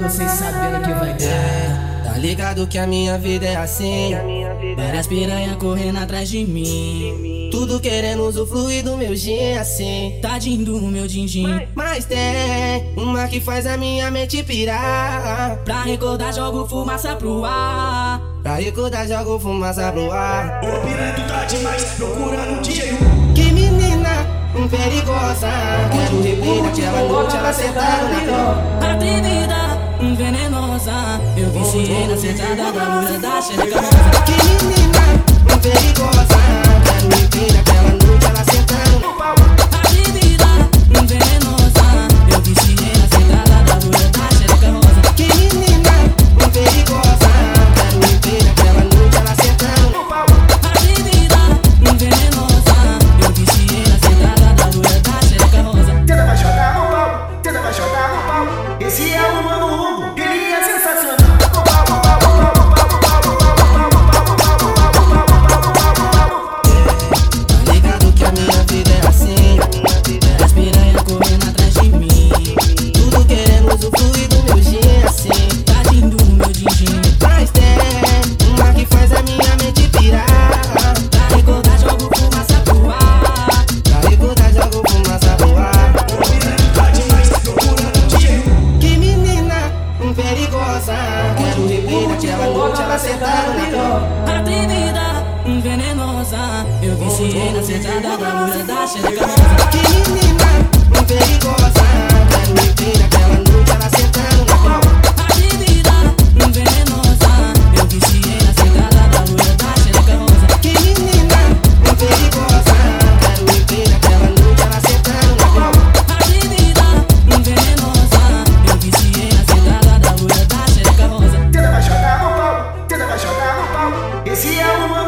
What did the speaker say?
vocês sabendo que vai dar. Tá ligado que a minha vida é assim. Várias piranha correndo atrás de mim. Tudo querendo usufruir do meu gin assim. Tadinho do meu din-din. Mas tem uma que faz a minha mente pirar. Pra recordar, jogo fumaça pro ar. Pra recordar, jogo fumaça pro ar. O piranto tá demais, procurando um o DJ. Que menina perigosa. Quero repetir aquela noite, ela sentada na cama. Atrevida, venenosa. Eu viciei na sentada da loura da xereca. Que menina perigosa. Quero repetir aquela noite, ela sentada no pau. Atrevida, venenosa. Eu viciei na sentada da loura da xereca rosa. Que menina perigosa. Quero repetir aquela noite, ela sentada no pau. Atrevida, venenosa. Eu viciei na sentada da loura da xereca rosa. Tenta apaixonar no pau, tenta apaixonar no pau. Esse é o Mano Hugo, ele é sensacional. No pau, no pau, no pau, no pau, no pau, no pau, no pau, no pau, no pau, no pau, no pau, no pau, no pau. Tá ligado que a minha vida é assim. As piranha correndo atrás de mim. Tudo querendo usufruir do meu gin assim. Tadinho do Tá meu din-din. Mas tem uma que faz a minha mente pirar. Pra recordar, jogo fumaça pro ar. Pra recordar, jogo fumaça voar. O piranto tá demais, procurando o DJ. Que menina perigosa. Quero repetir aquela noite, ela sentada na cama. Atrevida, venenosa. Eu viciei na sentada da loura da xereca. Que menina perigosa. Quero repetir aquela noite, ela sentada na cama. Atrevida, venenosa. Eu viciei na sentada da loura da xereca rosa. Que menina perigosa. Quero repetir aquela noite, ela sentada na cama. Atrevida, venenosa. Eu viciei na sentada da loura da xereca rosa. Tenta apaixonar no pau, tenta apaixonar no pau. Esse é o Mano